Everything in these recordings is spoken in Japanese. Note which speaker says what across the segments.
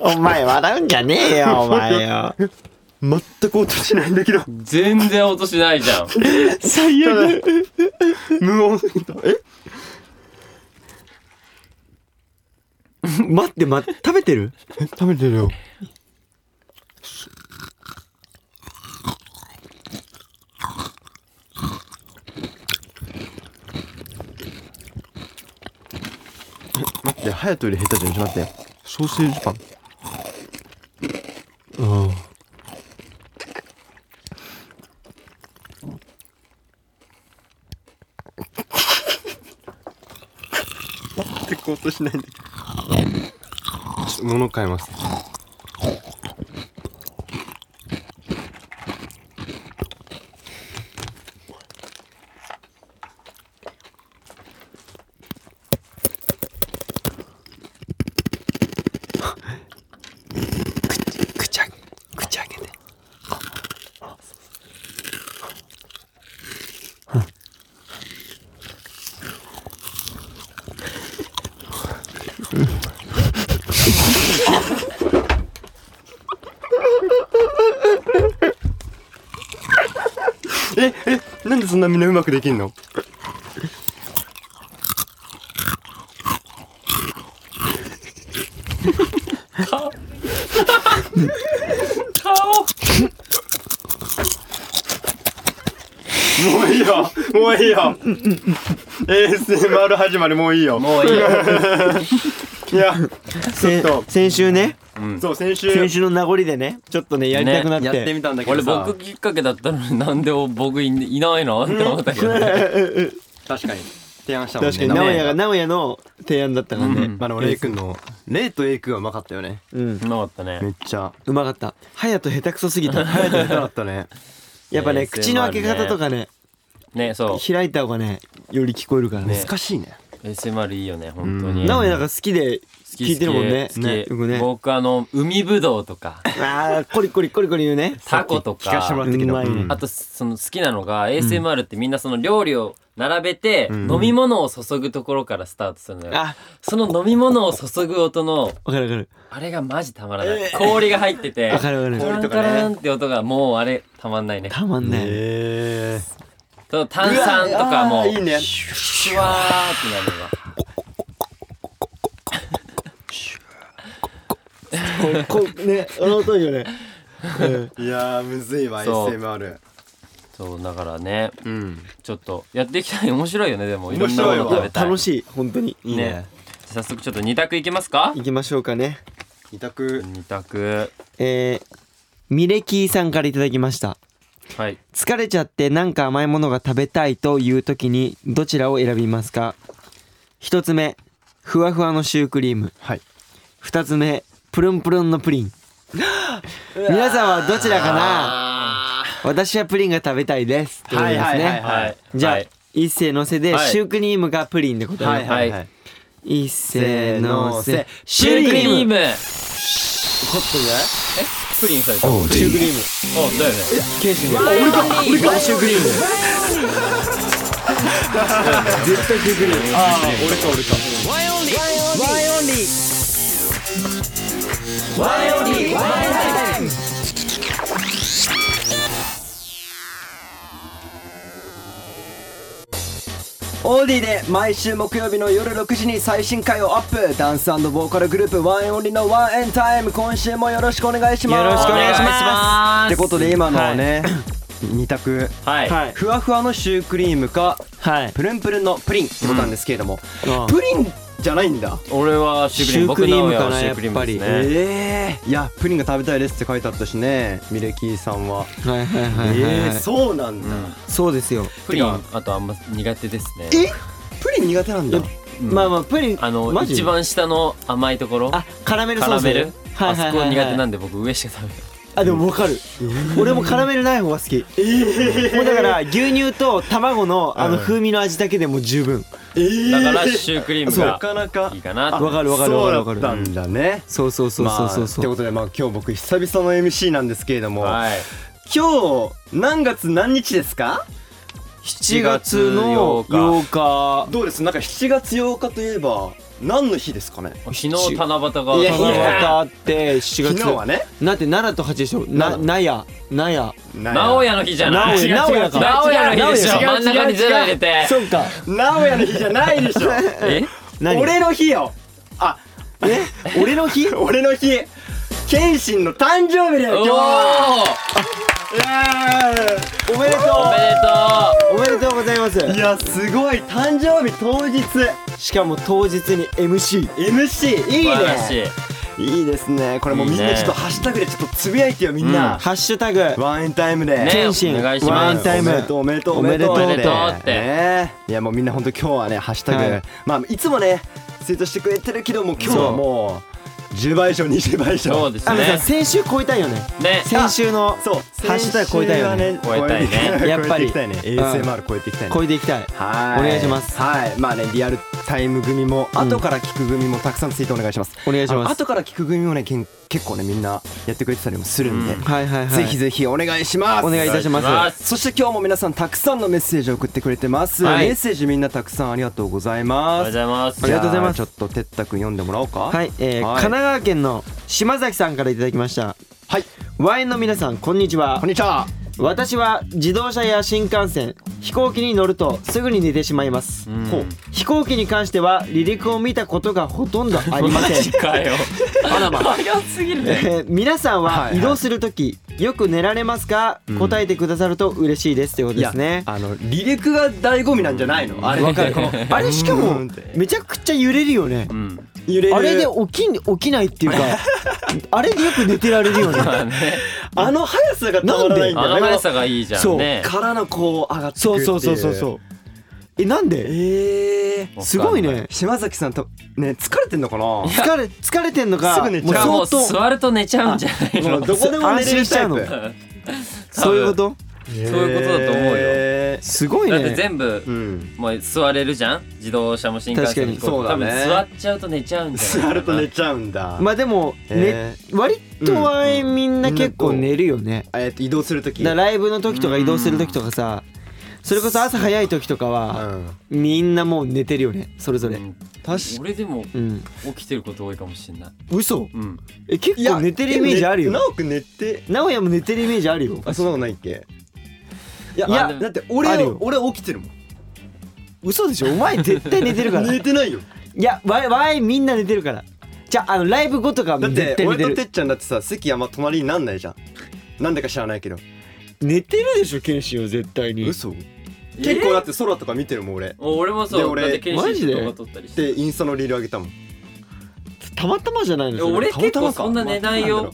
Speaker 1: お前笑うんじゃね えよ、お前よ。
Speaker 2: 全く音しないんだけど。
Speaker 3: 全然音しない じゃん。
Speaker 2: 最悪。無音。え
Speaker 1: 待って、ま、食べてる
Speaker 2: 食べてるよ。待って、ハヤトより下手じゃん。ちょっと待って。ソーセージパン。 ああ。全く音しないんだけど。ちょっと物変えます。
Speaker 1: 口あげ、口あげて。
Speaker 2: え、え、なんでそんなみんなうまくできんの
Speaker 3: 顔
Speaker 2: もういいよもういいよ ASMR 始まりもういいよ
Speaker 3: もういいよ。
Speaker 2: いや、
Speaker 1: せ
Speaker 2: ちょっ
Speaker 1: 先週ね、
Speaker 2: そう、先週
Speaker 1: 先週の名残でね、ちょっとね、やりたくなっ
Speaker 2: やって
Speaker 1: て。
Speaker 2: みたんだけ
Speaker 3: 俺
Speaker 2: どさ
Speaker 3: 僕きっかけだったのになんで僕いいないのって思ったけどね。
Speaker 2: 確かに提案したもんね
Speaker 1: 確かに、名
Speaker 2: 名古
Speaker 1: 古
Speaker 2: 屋
Speaker 1: 屋
Speaker 2: が
Speaker 1: が、名古屋の提案だったからね。
Speaker 2: まあでもレイ君のレイとエイ君はうまかったよね
Speaker 1: うん。
Speaker 3: なかったね。
Speaker 2: っちゃ
Speaker 1: うまかった。ハヤト下手くそすぎた。
Speaker 2: 早く下手だったね
Speaker 1: やっぱね、
Speaker 3: ASMR
Speaker 1: 口の開け方とかね、
Speaker 3: ね、そう。
Speaker 1: 開いた方がね、より聞こえるからね
Speaker 3: ね。
Speaker 2: 難しい ね
Speaker 3: SMR いいよね、本当
Speaker 2: うん
Speaker 3: に。
Speaker 1: 名古屋なんか好きで
Speaker 3: 好き
Speaker 1: 聞いてるもんね
Speaker 3: 好。き
Speaker 1: ね、よくね。
Speaker 3: 僕あの、海ぶどうとか、
Speaker 1: ああ、コリコリコリコリ言うね。
Speaker 3: タコと
Speaker 2: 聞かせて
Speaker 3: か、
Speaker 2: もらったけど
Speaker 1: うまいね
Speaker 2: ん
Speaker 3: あとその好きなのが ASMR ってみんなその料理を並べて
Speaker 2: ん
Speaker 3: 飲み物を注ぐところからスタートするのよ。
Speaker 1: あ、
Speaker 3: その飲み物を注ぐ音の
Speaker 1: わかるわかる。
Speaker 3: あれがマジたまらない。氷が入ってて、
Speaker 1: わかるわか
Speaker 3: カ
Speaker 1: る。
Speaker 3: ラ
Speaker 2: 氷
Speaker 3: ン
Speaker 2: とか
Speaker 3: カ
Speaker 2: ね
Speaker 3: ランって音がもうあれたまんないね。
Speaker 1: たまんない。
Speaker 2: え
Speaker 3: その炭酸とかも
Speaker 2: いいね
Speaker 3: シュワーってなるのが。
Speaker 1: こ うね、あの音いいよね。うん
Speaker 2: いやーむずいわ
Speaker 3: そう
Speaker 2: ASMR
Speaker 3: そうだからね
Speaker 2: うん
Speaker 3: ちょっとやっていきたい面白いよねでもいろ
Speaker 2: 面
Speaker 3: んなも
Speaker 2: 白いわ
Speaker 3: の食べたい
Speaker 1: 楽しい、本当に。
Speaker 2: いいね
Speaker 3: ね早速ちょっと2択いきますか
Speaker 1: 行きましょうかね。
Speaker 2: 二択
Speaker 3: 2択
Speaker 1: えー、ミレキーさんからいただきました。
Speaker 3: はい
Speaker 1: 疲れちゃってなんか甘いものが食べたいという時にどちらを選びますか一つ目、ふわふわのシュークリーム。
Speaker 2: はい
Speaker 1: 二つ目、プルンプルンのプリン。皆さんはどちらかな
Speaker 3: あ
Speaker 1: 私はプリンが食べたいです。ということですね。
Speaker 2: はいはいはい
Speaker 3: ーはい
Speaker 1: じゃあ、
Speaker 3: はい
Speaker 1: 一斉のせで、
Speaker 3: はい
Speaker 1: シュークリームがプリンってことね
Speaker 3: はいはい
Speaker 1: 一斉のせ
Speaker 3: シュークリームえ
Speaker 2: ホットじゃない
Speaker 3: プリンされたあ
Speaker 1: シュークリーム
Speaker 3: だよね
Speaker 1: ケーシング俺か俺かシュークリーム絶対シュークリーム
Speaker 2: あー俺か俺か
Speaker 1: ワイオンリーオーディで毎週木曜日の夜6時に最新回をアップダンスボーカルグループワンエンオンリーのワンエンタイム今週もよろしくお願いします
Speaker 3: よろしくお願いします
Speaker 2: ってことで今のはね二択
Speaker 3: はい
Speaker 1: はい
Speaker 2: ふわふわのシュークリームか
Speaker 1: はい
Speaker 2: プルンプルンのプリンってことなんですけれども、
Speaker 1: うん
Speaker 2: プリンじゃないんだ
Speaker 3: 俺はシュークリーム僕
Speaker 1: シュークリームか
Speaker 3: の親
Speaker 1: な
Speaker 3: はシュークリームですね
Speaker 2: ええいやプリンが食べたいですって書いてあったしねミレキーさん
Speaker 1: は
Speaker 2: は
Speaker 1: いはいはいはい
Speaker 2: ええ
Speaker 1: はい
Speaker 2: そうなんだ、
Speaker 1: そうですよ
Speaker 3: プリンあとあんま苦手ですね
Speaker 2: えプリン苦手なんだ
Speaker 3: うん
Speaker 1: まあまあプリン
Speaker 3: あの
Speaker 1: マジ
Speaker 3: 一番下の甘いところ
Speaker 1: あカラメルソ
Speaker 3: カ
Speaker 1: ー
Speaker 3: ラ
Speaker 1: ス
Speaker 3: メル
Speaker 1: はい
Speaker 3: あ
Speaker 1: はい
Speaker 3: そ
Speaker 1: は
Speaker 3: こ
Speaker 1: い
Speaker 3: 苦
Speaker 1: はい
Speaker 3: 手なんで僕上しか食べない
Speaker 1: あでもわかる俺もカラメルない方が好きもうだから牛乳と卵のあの風味の味だけでも十分
Speaker 2: ええ
Speaker 3: だからシュークリーム
Speaker 2: そうな
Speaker 3: が
Speaker 2: かなか
Speaker 3: いいかな
Speaker 1: わ
Speaker 3: と
Speaker 1: かるわかるわかるわかる
Speaker 2: そうだったんだね、
Speaker 1: そうそうそうそうそう
Speaker 2: まあ、って
Speaker 1: そう
Speaker 2: ことでまあ今日僕久々の MC なんですけれども、
Speaker 3: はい
Speaker 2: 今日何月何日ですか
Speaker 1: 7月の
Speaker 3: 7
Speaker 1: 8日
Speaker 2: どうですなんか7月8日といえば何の日ですかね
Speaker 3: 昨日七夕が
Speaker 1: いや
Speaker 2: いや
Speaker 1: 七夕って7
Speaker 2: 昨
Speaker 1: 月
Speaker 2: 日はね
Speaker 1: だって奈良と八でしょななやなや
Speaker 3: 直哉の日じゃない
Speaker 1: 直哉直哉か
Speaker 3: 直哉の日でしょ
Speaker 2: 違う違う
Speaker 3: 真ん中にゼロ入れて
Speaker 1: そっか
Speaker 2: 直哉の日じゃないでし ょ
Speaker 3: え
Speaker 1: 何
Speaker 2: 俺の日よあ
Speaker 1: え俺の 日
Speaker 2: 俺の日謙信の誕生日だ
Speaker 3: お
Speaker 2: よ
Speaker 3: お
Speaker 2: 今日はイエーイ
Speaker 1: おめでと
Speaker 3: おめでと
Speaker 1: うおめでとうございます
Speaker 2: いやすごい誕生日当日
Speaker 1: しかも当日に MC
Speaker 2: MC
Speaker 3: う
Speaker 2: いい
Speaker 3: 素晴らしい
Speaker 2: ねいいですねこれもう
Speaker 3: いい
Speaker 2: みん
Speaker 3: ね
Speaker 2: なちょっとハッシュタグでちょっとつぶやいてよみんな、
Speaker 1: ハッシュタグ
Speaker 2: ワンエンタイムで、
Speaker 3: ね
Speaker 1: 謙信
Speaker 3: お願いします
Speaker 1: ワンタイム
Speaker 2: おめでとうおめでとう
Speaker 1: おめでとう
Speaker 2: お
Speaker 1: おめでとう
Speaker 3: って
Speaker 2: ねいやもうみんな本当今日はねハッシュタグ、
Speaker 1: はい
Speaker 2: まあいつもねツイートしてくれてるけども今日はもう10倍以上20倍以上
Speaker 3: そうです
Speaker 1: あのさ
Speaker 3: ね
Speaker 1: 先週超えたんよね
Speaker 3: ね
Speaker 1: 先週の
Speaker 2: そう
Speaker 1: ハッシュタグ超えたいよね
Speaker 2: 先週は
Speaker 3: 超えたいね
Speaker 2: 超えて
Speaker 1: やっぱり
Speaker 2: 超えていきたいね ASMR 超えていきたいね
Speaker 1: 超えていきたい
Speaker 2: はい
Speaker 1: お願いします
Speaker 2: はいまあねリアルタイム組も
Speaker 1: ん
Speaker 2: 後から聞く組もたくさんツイートお願いします
Speaker 1: お願いし
Speaker 2: あの
Speaker 1: ます
Speaker 2: 後から聞く組もねけん結構ねみんなやってくれてたりもするんで、
Speaker 3: うん
Speaker 1: はいはいはい
Speaker 2: ぜひぜひお願いします
Speaker 1: お願いいたしま
Speaker 3: お願いします
Speaker 2: そして今日も皆さんたくさんのメッセージを送ってくれてます、
Speaker 1: はい
Speaker 2: メッセージみんなたくさんありがとうござい
Speaker 3: おはよう
Speaker 2: ま
Speaker 3: ご
Speaker 2: す
Speaker 3: ざいます
Speaker 1: ありがとうございます
Speaker 2: じゃあちょっとてったくん読んでもらおうか
Speaker 1: はい、えー
Speaker 2: はい
Speaker 1: 神奈川県の島崎さんからいただきました
Speaker 2: はい
Speaker 1: ワインの皆さんこんにちは
Speaker 2: こんにちは
Speaker 1: 私は自動車や新幹線飛行機に乗るとすぐに寝てしまいます、
Speaker 3: うん
Speaker 2: ほう
Speaker 1: 飛行機に関しては離陸を見たことがほとんど ありま
Speaker 3: マ
Speaker 1: せ
Speaker 3: ジ
Speaker 1: ん、
Speaker 3: かよあらま早すぎる
Speaker 1: え
Speaker 3: ね
Speaker 1: ー皆さん
Speaker 2: はい
Speaker 1: は
Speaker 2: はい
Speaker 1: 移動するとき、よく寝られますか、答えてくださると嬉しいですということですね
Speaker 2: あの離陸が醍醐味なんじゃないのあれわかるこの
Speaker 1: あれしか
Speaker 2: う
Speaker 1: も
Speaker 2: んって
Speaker 1: めちゃくちゃ揺れるよね
Speaker 3: うん
Speaker 2: 揺れる
Speaker 1: あれで起きん起きないっていうかあれでよく寝てられるよね
Speaker 3: まあね
Speaker 2: あの速さがたまらないんだ
Speaker 3: あ
Speaker 2: よね
Speaker 3: の速さがいいじゃんね
Speaker 2: からのこう上がってく
Speaker 1: そうそうそうそう
Speaker 2: う
Speaker 1: そうえなんで
Speaker 2: ええ
Speaker 3: わかんない
Speaker 1: すごいね
Speaker 2: 島崎さんとね疲れて んのかな
Speaker 1: 疲れ疲れてんのか
Speaker 2: すぐ寝
Speaker 1: もう
Speaker 2: ちゃ
Speaker 3: もう
Speaker 1: 相当
Speaker 3: 座ると寝ちゃうんじゃない
Speaker 2: も
Speaker 3: の
Speaker 2: うどこでも
Speaker 1: 安
Speaker 2: 寝れるタイプ
Speaker 1: 心しちゃそういうこと
Speaker 2: そう
Speaker 3: いうことだと思うよ
Speaker 1: すごい
Speaker 3: だって
Speaker 1: ね
Speaker 3: 全部
Speaker 2: うん
Speaker 3: もう座れるじゃん自動車も新幹線も飛行機も多
Speaker 2: 確か
Speaker 3: 分
Speaker 2: にそう
Speaker 3: 座
Speaker 2: だ
Speaker 3: っちゃうと寝ちゃうんじゃないかな
Speaker 2: 座ると寝ちゃうんだ
Speaker 1: まあでも、
Speaker 2: へ
Speaker 1: ね、割とはみんな結構寝るよね、
Speaker 2: えっと移動するとき
Speaker 1: だからライブの時とか移動する時とかさそれこそ朝早い時とかは、みんなもう寝てるよねそれぞれ
Speaker 3: うん
Speaker 1: 確か
Speaker 3: 俺でも
Speaker 1: うん
Speaker 3: 起きてること多いかもしれない
Speaker 1: 嘘
Speaker 3: うん
Speaker 1: え結構寝てるイメージあるよ
Speaker 2: 直く寝て
Speaker 1: 名古屋も寝てるイメージあるよ
Speaker 2: あそんなことないっけいや
Speaker 1: いや
Speaker 2: あだって
Speaker 1: あ
Speaker 2: 俺
Speaker 1: るよ
Speaker 2: 俺起きてるもん
Speaker 1: 嘘でしょお前絶対寝てるから
Speaker 2: 寝
Speaker 1: い
Speaker 2: てないよ
Speaker 1: やわいわいみんな寝てるからじゃああのライブ後とか
Speaker 2: だっ
Speaker 1: 絶
Speaker 2: て
Speaker 1: 対寝
Speaker 2: 俺
Speaker 1: て
Speaker 2: と
Speaker 1: る
Speaker 2: てっちゃんだってさ席あんま隣になんないじゃんなんでか知らないけど
Speaker 1: 寝てるでしょ剣士よ絶対に
Speaker 2: 嘘結構だって空とか見てるもん俺
Speaker 3: お俺もそ
Speaker 2: で
Speaker 3: う
Speaker 2: 俺
Speaker 3: だって研
Speaker 1: マジ
Speaker 3: 修
Speaker 1: で
Speaker 3: 動画撮ったりして
Speaker 2: でインスタのリール上げたもん
Speaker 1: たまたまじゃないの
Speaker 3: いや
Speaker 1: それ
Speaker 3: 俺
Speaker 2: たま
Speaker 3: 結
Speaker 2: たま
Speaker 3: 構
Speaker 2: か
Speaker 3: そんな寝ないよ、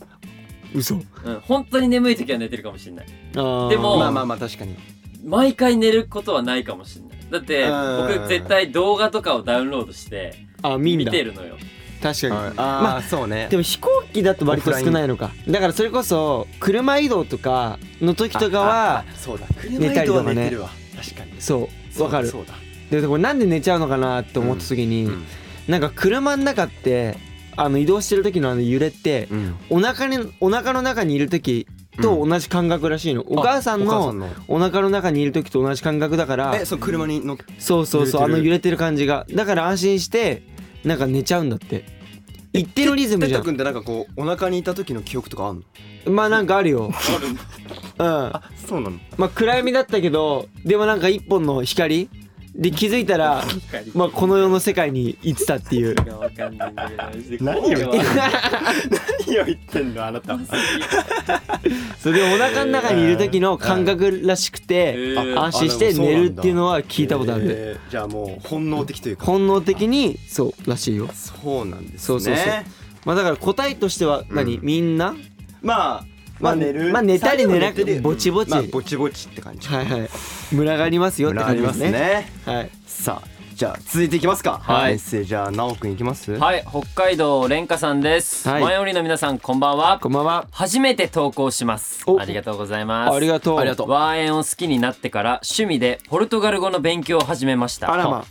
Speaker 1: 嘘
Speaker 3: うん、本当に眠い時は寝てるかもしれない
Speaker 1: あー
Speaker 3: でも
Speaker 2: まあまあまあ確かに
Speaker 3: 毎回寝ることはないかもしれないだって
Speaker 2: うん
Speaker 3: 僕絶対動画とかをダウンロードして
Speaker 1: あ見ん
Speaker 3: 見
Speaker 1: だ
Speaker 3: てるのよ
Speaker 1: 確かに、
Speaker 2: あ
Speaker 1: ま
Speaker 2: あそうね
Speaker 1: でも飛行機だと割と少ないのかだからそれこそ車移動とかの時とかは
Speaker 2: そうだ
Speaker 1: 寝たりとかね
Speaker 2: 車移動は寝てるわ確かに
Speaker 1: そう
Speaker 2: そう
Speaker 1: わかる
Speaker 2: そうだ
Speaker 1: でこれなんで寝ちゃうのかなって思った時に、
Speaker 2: うん
Speaker 1: なんか車の中ってあの移動してる時のあの揺れって
Speaker 2: うん
Speaker 1: お腹にお腹の中にいる時と同じ感覚らしいの、お母さん
Speaker 2: お母さ
Speaker 1: の
Speaker 2: んの
Speaker 1: お腹の中にいる時と同じ感覚だから
Speaker 2: えそう車に乗っ
Speaker 1: そうそうそうあ
Speaker 2: 揺れてる
Speaker 1: の揺れてる感じがだから安心してなんか寝ちゃうんだって一定のリズムじゃ
Speaker 2: てっとく
Speaker 1: ん
Speaker 2: んってなんかこうお腹にいた時の記憶とかあんの
Speaker 1: まあなんかある ようん
Speaker 2: あそうなの
Speaker 1: まあ暗闇だったけどでもなんか一本の光で気づいたら
Speaker 3: 光
Speaker 1: まあこの世の世界に行ってたって いう
Speaker 3: がわかんないんだけどマジで
Speaker 2: 何を言ってんの 何を言ってんのあなた
Speaker 1: それでお腹の中にいる時の感覚らしく
Speaker 3: え
Speaker 1: て
Speaker 3: ー
Speaker 1: 安心して寝るっていうのは聞いたことある
Speaker 2: えーじゃあもう本能的というか
Speaker 1: 本能的にそうらしいよ
Speaker 2: そうなんですね
Speaker 1: そうそうそうまあだから答えとしては何、みんな
Speaker 2: まあまあ寝る
Speaker 1: まあ寝たり寝なく
Speaker 2: 最後寝てる
Speaker 1: ぼちぼち
Speaker 2: まあぼちぼちって感じ
Speaker 1: はいはい群がありますよって感じですね
Speaker 2: ね
Speaker 1: はい
Speaker 2: さあじゃあ続いていきますか
Speaker 3: はい
Speaker 2: メッセージじゃあ直くんいきます
Speaker 3: はい北海道廉価さんです、
Speaker 1: はい
Speaker 3: 前売りの皆さんこんばんは
Speaker 1: こんばんは
Speaker 3: 初めて投稿します
Speaker 1: お
Speaker 3: ありがとうございます
Speaker 1: ありがとう
Speaker 3: ワーエンを好きになってから趣味でポルトガル語の勉強を始めました
Speaker 1: あらま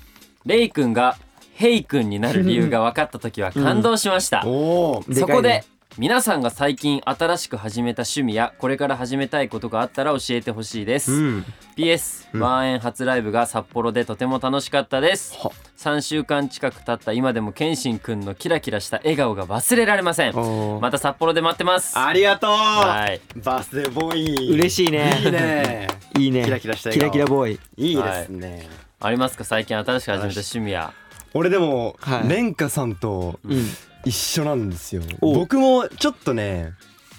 Speaker 3: レイ君がヘイ君になる理由が分かった時は感動しました、
Speaker 2: お
Speaker 1: で
Speaker 2: お
Speaker 1: かいね
Speaker 3: そこで皆さんが最近新しく始めた趣味やこれから始めたいことがあったら教えてほしいです、
Speaker 2: ん
Speaker 3: PS、ワンエン初ライブが札幌でとても楽しかったです
Speaker 2: は
Speaker 3: 3週間近く経った今でも謙信くんのキラキラした笑顔が忘れられません
Speaker 1: おー
Speaker 3: また札幌で待ってます
Speaker 2: ありがとう、
Speaker 3: はい
Speaker 2: バースデーボーイ
Speaker 1: 嬉しいね
Speaker 2: い いね
Speaker 1: いいね
Speaker 2: キラキラした
Speaker 1: キラ
Speaker 2: 笑顔
Speaker 1: キラボーイ
Speaker 2: いいですね、
Speaker 3: ありますか最近新しく始めた趣味や
Speaker 2: 俺でも、
Speaker 1: はい
Speaker 2: 廉価さんと
Speaker 1: うん
Speaker 2: 一緒なんですよ
Speaker 1: お
Speaker 2: 僕もちょっとね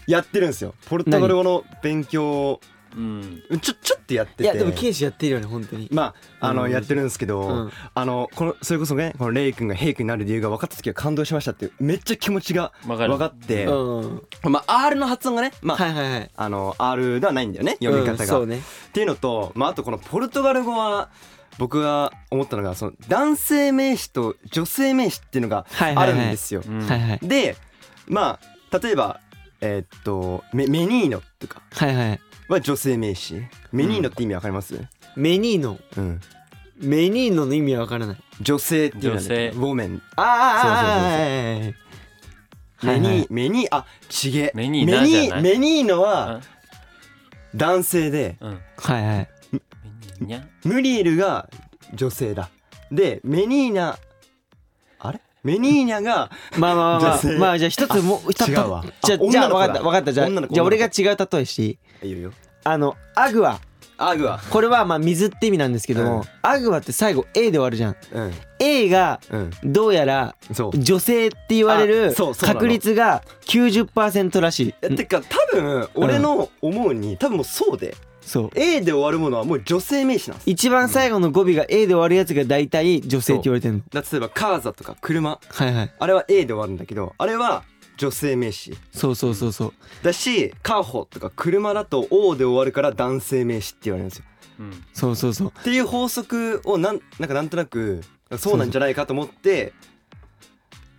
Speaker 2: やってるんですよポルトガル語の勉強を
Speaker 3: うん
Speaker 2: ちょちょっとやってて
Speaker 1: いやでもケイシやってるよね本当に
Speaker 2: まああの、
Speaker 1: うん
Speaker 2: やってるんですけど、
Speaker 1: うん
Speaker 2: あのこのそれこそねこのレイ君がヘイ君になる理由が分かった時は感動しましたってめっちゃ気持ちが
Speaker 3: わかる
Speaker 2: 分かって
Speaker 1: うん
Speaker 2: まあ R の発音がねまあ、
Speaker 1: はいはいはい
Speaker 2: あの R ではないんだよね読み
Speaker 1: う
Speaker 2: 方
Speaker 1: ん
Speaker 2: が、
Speaker 1: そうね
Speaker 2: っていうのと、まあ、あとこのポルトガル語は僕が思ったのがその男性名詞と女性名詞っていうのが
Speaker 1: はいは
Speaker 2: あ
Speaker 1: い
Speaker 2: る
Speaker 1: はい
Speaker 2: んですよ。
Speaker 3: うん
Speaker 1: はいはい
Speaker 2: でまあ例えばえーっとメメニーノとか
Speaker 1: はいはい
Speaker 2: は女性名詞メニーノって意味わかります、
Speaker 1: メニーノ
Speaker 2: うん
Speaker 1: メニーノの意味はわからない
Speaker 2: 女性っていうのはね
Speaker 3: 女性
Speaker 2: ウォメン
Speaker 1: ああああ
Speaker 2: メニー、
Speaker 1: はいはい
Speaker 2: メニーあちげ
Speaker 3: メニーナじゃない
Speaker 2: メニーメニーノ
Speaker 3: あ
Speaker 2: は男性で
Speaker 3: うん
Speaker 1: はいはい
Speaker 3: にゃ
Speaker 2: ムリエルが女性だでメニーナあれメニーニャが
Speaker 1: まあまあまあ
Speaker 2: 女性
Speaker 1: まあじゃあ一つもう一つ
Speaker 2: 違うわ
Speaker 1: じゃ
Speaker 2: あ
Speaker 1: あじゃあ
Speaker 2: 女の子
Speaker 1: 分か
Speaker 2: だ
Speaker 1: った分かったじゃあ
Speaker 2: 女の子
Speaker 1: じゃあ俺
Speaker 2: 女
Speaker 1: が
Speaker 2: の
Speaker 1: 違う例えしていい
Speaker 2: いいよいいよ
Speaker 1: あのアグア
Speaker 2: アグア
Speaker 1: これはまあ水って意味なんですけども、
Speaker 2: うん
Speaker 1: アグアって最後 A で終わるじゃん
Speaker 2: うん
Speaker 1: A が
Speaker 2: うん
Speaker 1: どうやら
Speaker 2: そう
Speaker 1: 女性って言われ
Speaker 2: あ
Speaker 1: る
Speaker 2: そうそうなの
Speaker 1: 確率が90%らしい
Speaker 2: えてか多分俺の思うに多分もうそうで
Speaker 1: そう
Speaker 2: A で終わるものはもう女性名詞なんです
Speaker 1: 一番最後の語尾が A で終わるやつが大体女性って言われてるの
Speaker 2: だ例えばカーザとか車
Speaker 1: はいはい
Speaker 2: あれは A で終わるんだけどあれは女性名詞
Speaker 1: そうそうそうそう
Speaker 2: だしカーホとか車だと O で終わるから男性名詞って言われるんですよ
Speaker 3: うん
Speaker 1: そうそうそう
Speaker 2: っていう法則をなんなんかなんとなくそうなんじゃないかと思って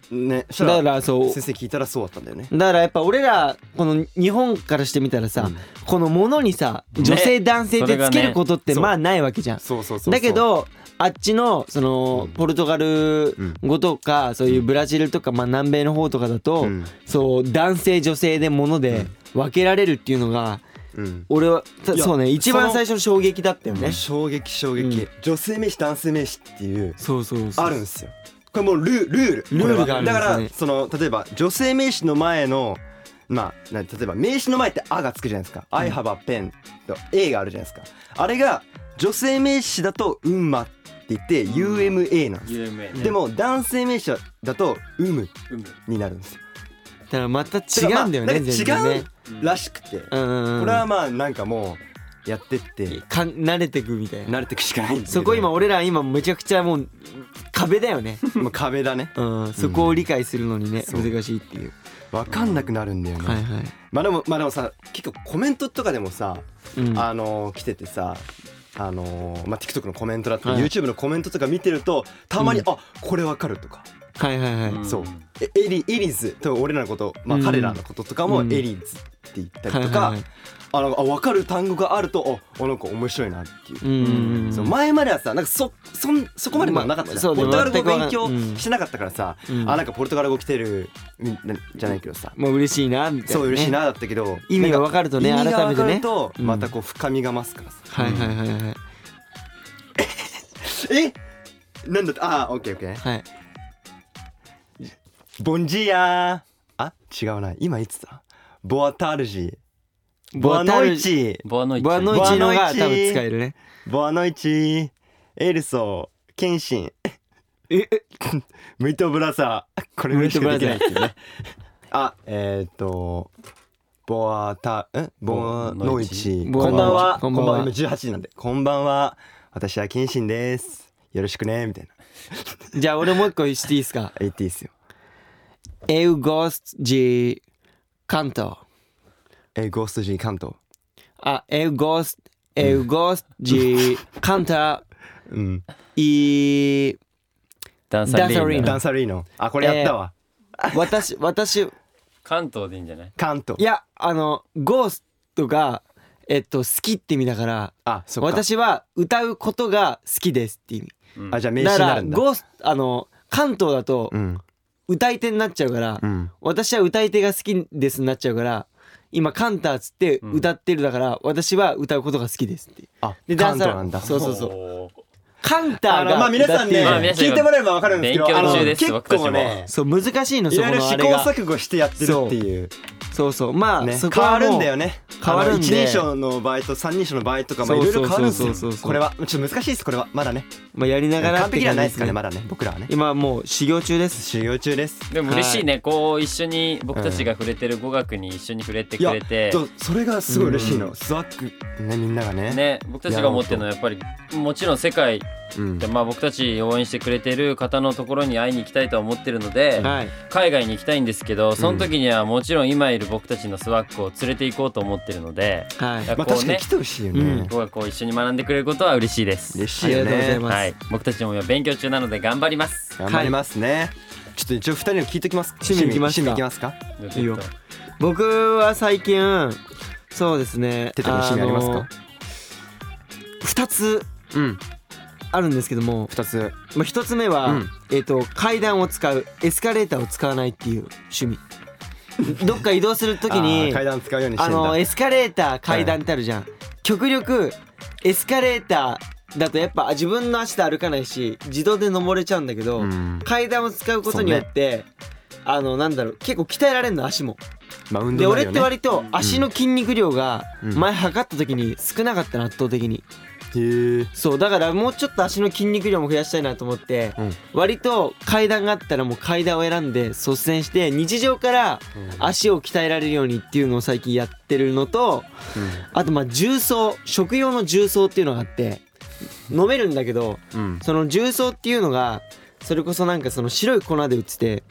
Speaker 2: ねそ
Speaker 1: だか
Speaker 2: したら
Speaker 1: らそう
Speaker 2: 先生聞いたらそうだったんだよね
Speaker 1: だからやっぱ俺らこの日本からしてみたらさ、
Speaker 2: うん
Speaker 1: このものにさ女性男性ってつけることって
Speaker 2: それがね
Speaker 1: まあないわけじゃん、
Speaker 2: そうそうそうそう
Speaker 1: だけどあっちのその
Speaker 2: うん
Speaker 1: ポルトガル語とか、そういうブラジルとか、まあ、南米の方とかだと、
Speaker 2: うん
Speaker 1: そう男性女性でもので分けられるっていうのが
Speaker 2: うん
Speaker 1: 俺はた
Speaker 2: いや
Speaker 1: そうね一
Speaker 2: そ
Speaker 1: 番
Speaker 2: の
Speaker 1: 最初の衝撃だったよね、
Speaker 2: 衝撃衝
Speaker 1: う
Speaker 2: 撃
Speaker 1: ん
Speaker 2: 女性名詞男性名詞っていう
Speaker 1: そうそうそう
Speaker 2: あるんですよこれもうルールール
Speaker 1: ルールが
Speaker 2: これは
Speaker 1: あるんですね
Speaker 2: だからその例えば女性名詞の前のまあな例えば名詞の前って「あ」がつくじゃないですか「I have a pen」と「A」があるじゃないですかあれが女性名詞だと「うんま」って言って UMA なんですよ
Speaker 3: 有名
Speaker 2: でも男性名詞だと「うむ
Speaker 3: うむ」
Speaker 2: になるんですよ
Speaker 1: だからまた違うんだよね、
Speaker 2: てかまあ
Speaker 1: 全然ね
Speaker 2: 違うらしくてこ
Speaker 1: うんうんうん
Speaker 2: れはまあなんかもうやってって
Speaker 1: かん慣れてくみたいな
Speaker 2: 慣れてくしかないんです
Speaker 1: そこ今俺ら今めちゃくちゃもう壁だよ ね
Speaker 2: もう壁だね
Speaker 1: うん、そこを理解するのにね、
Speaker 2: そう
Speaker 1: 難しいっていう。
Speaker 2: 分かんなくなるんだよね、
Speaker 1: はいはい。
Speaker 2: まあでもまあでもさ結構コメントとかでもさ、
Speaker 1: うん、
Speaker 2: あのー来ててさあのーまあ、TikTok のコメントだったり、
Speaker 1: はい
Speaker 2: YouTube のコメントとか見てるとたまに、
Speaker 1: うん
Speaker 2: あこれわかるとか、
Speaker 1: はいはいはい。
Speaker 3: ん
Speaker 2: そうえエリエリズと俺らのこと、まあ、
Speaker 1: うん
Speaker 2: 彼らのこととかも
Speaker 1: うん
Speaker 2: エリズって言った
Speaker 1: はい
Speaker 2: りと
Speaker 1: は
Speaker 2: か、
Speaker 1: いはい
Speaker 2: あのあ分かる単語があるとおおなんか面白いなってい
Speaker 1: う
Speaker 2: う
Speaker 1: んうんうん。
Speaker 2: そう前まではさなんかそそんそこまでもなかったじ
Speaker 1: ま
Speaker 2: ゃん、
Speaker 1: あそう
Speaker 2: ポルトガル語
Speaker 1: 全くわか
Speaker 2: 勉
Speaker 1: ん
Speaker 2: 強
Speaker 1: うん
Speaker 2: してなかったからさ、
Speaker 1: うん
Speaker 2: あなんかポルトガル語来てるみなじゃないけどさ、
Speaker 1: もう嬉しいなみたいな、ね。
Speaker 2: そう嬉しいな。だったけど
Speaker 1: 意味がわかるとね
Speaker 2: なん
Speaker 1: 改めてね
Speaker 2: 意味がわかると
Speaker 1: うん
Speaker 2: またこう深みが増すからさ、
Speaker 1: はいはいはいはい。
Speaker 2: えなんだってああオッケーオッケー
Speaker 1: はい。
Speaker 2: ボンジーヤーあ違うな今言ってたボアタルジーボ
Speaker 1: ボ
Speaker 2: ア
Speaker 1: アタ
Speaker 2: ノ
Speaker 1: ル
Speaker 2: イ
Speaker 1: ジ
Speaker 2: チ
Speaker 3: ボアノイチ
Speaker 1: ボアノイチのが
Speaker 2: ボアノイチ
Speaker 1: 多分使えるね。
Speaker 2: ボアノイチエルソーケンシン
Speaker 1: え、え
Speaker 2: ムイトブラザーこれぐらいしかできないですよねあえっ、ー、とボアタんボアノイチ
Speaker 1: ボアノイチ
Speaker 2: こんばんは
Speaker 1: こんばんは
Speaker 2: 今18時なんでこんばんは私は謙信ですよろしくねみたいな
Speaker 1: じゃあ俺もう一個していいですか。
Speaker 2: 言っていいっすよ
Speaker 1: エウゴスジカント。
Speaker 2: えゴースト G 関東
Speaker 1: あ、エウゴス、エウゴスジカンタ
Speaker 2: うん
Speaker 1: イ。
Speaker 3: ダンサリ
Speaker 1: ダンサリー
Speaker 3: ー
Speaker 1: ナ
Speaker 3: ナ
Speaker 2: ダンサリーノあこれやったわ、
Speaker 1: 私、私、
Speaker 3: 関東でいいんじゃない
Speaker 2: 関東
Speaker 1: いやあのゴーストがえっと好きって意味だから
Speaker 2: あそっか
Speaker 1: 私は歌うことが好きですって意味
Speaker 2: あじゃあ名詞
Speaker 1: だ
Speaker 2: に
Speaker 1: か
Speaker 2: な
Speaker 1: ら
Speaker 2: るんだ
Speaker 1: ゴースあの関東だと
Speaker 2: うん
Speaker 1: 歌い手になっちゃうから、
Speaker 2: うん
Speaker 1: 私は歌い手が好きですになっちゃうから今カンターっつって歌ってるだから、私は歌うことが好きですって
Speaker 2: あ
Speaker 1: でダ
Speaker 2: カン
Speaker 1: ン
Speaker 2: ト
Speaker 1: サー
Speaker 2: なんだ
Speaker 1: そうそうそう
Speaker 3: う
Speaker 1: カンター
Speaker 2: あ
Speaker 1: が
Speaker 2: のまあ皆さんね
Speaker 1: 歌ってる
Speaker 3: 皆さん
Speaker 2: 聞いてもらえば分かるんですけど
Speaker 3: 勉
Speaker 2: あ
Speaker 3: 強
Speaker 2: の
Speaker 3: 中です
Speaker 2: 結構ね
Speaker 1: そう難しいの
Speaker 2: い
Speaker 1: そこ
Speaker 2: ろいろ
Speaker 1: の
Speaker 2: 試
Speaker 1: あ
Speaker 2: 行
Speaker 1: れが
Speaker 2: 錯誤してやってるっていう
Speaker 1: そうそうまあ、
Speaker 2: ね
Speaker 1: そこ
Speaker 2: 変わ
Speaker 1: はもう
Speaker 2: るんだよね
Speaker 1: 変わるんで
Speaker 2: 1人称の場合と3人称の場合とかまあいろいろ変わるん
Speaker 1: そう
Speaker 2: で
Speaker 1: そ
Speaker 2: す
Speaker 1: うそう
Speaker 2: よ
Speaker 1: そうそう
Speaker 2: これはちょっと難しいですこれはまだね
Speaker 1: まあ、やりながら
Speaker 2: 完
Speaker 1: って
Speaker 2: 璧で
Speaker 1: 感
Speaker 2: は
Speaker 1: じ
Speaker 2: ないですからねまだね僕らはね
Speaker 1: 今もう修行中です
Speaker 2: 修行中です
Speaker 3: でも嬉しいね、こう一緒に僕たちが触れてる語学に一緒に触れて
Speaker 2: い
Speaker 3: く
Speaker 2: や
Speaker 3: れて、
Speaker 2: そうそれがすごい嬉しいうのスワックねみんながね
Speaker 3: ね、僕たちが思ってるのはやっぱりもちろん世界
Speaker 2: うん
Speaker 3: で、まあ、僕たち応援してくれてる方のところに会いに行きたいとは思ってるので、
Speaker 1: はい
Speaker 3: 海外に行きたいんですけどその時にはもちろん今いる僕たちのスワックを連れて行こうと思ってるので、
Speaker 1: はい
Speaker 3: やっ
Speaker 2: ま
Speaker 3: ぱ
Speaker 2: あ
Speaker 3: こう
Speaker 2: 確かに
Speaker 3: ね
Speaker 2: 来てほしいよ
Speaker 1: うん
Speaker 2: ね
Speaker 3: 語学を一緒に学んでくれることは嬉しいです。
Speaker 2: 嬉しいよ
Speaker 1: ありがとうござい
Speaker 2: ね
Speaker 1: ます
Speaker 3: はい、僕たちも今勉強中なので頑張ります。
Speaker 2: 頑張りますねちょっと一応二人の聞いてきます
Speaker 1: 趣味いきますか
Speaker 2: 趣味いきますか
Speaker 1: いいよ僕は最近そうですね
Speaker 2: テトの趣味あります
Speaker 1: の
Speaker 2: か
Speaker 1: 2つ
Speaker 2: うん
Speaker 1: あるんですけども、
Speaker 2: 二つ
Speaker 1: まあ、1つ目は、
Speaker 2: うん
Speaker 1: えっと階段を使うエスカレーターを使わないっていう趣 味どっか移動するとき
Speaker 2: あー
Speaker 1: に
Speaker 2: 階段使うようにし
Speaker 1: あ
Speaker 2: てんだ
Speaker 1: のエスカレーター階段ってあるじゃん、極力エスカレーターだとやっぱ自分の足で歩かないし自動で登れちゃうんだけど、
Speaker 2: うん
Speaker 1: 階段を使うことによって、あのなんだろう結構鍛えられるの足も
Speaker 2: まあ運
Speaker 1: で
Speaker 2: 動
Speaker 1: 俺っ
Speaker 2: になるよ
Speaker 1: て
Speaker 2: ね
Speaker 1: 割と足の筋肉量が
Speaker 2: うん
Speaker 1: 前測った時に少なかったの圧倒的に
Speaker 2: へえ
Speaker 1: そうだからもうちょっと足の筋肉量も増やしたいなと思って
Speaker 2: うん
Speaker 1: 割と階段があったらもう階段を選んで率先して日常から足を鍛えられるようにっていうのを最近やってるのとあとまあ重曹食用の重曹っていうのがあって飲めるんだけど
Speaker 2: うん
Speaker 1: その重曹っていうのがそれこそなんかその白い粉で売ってて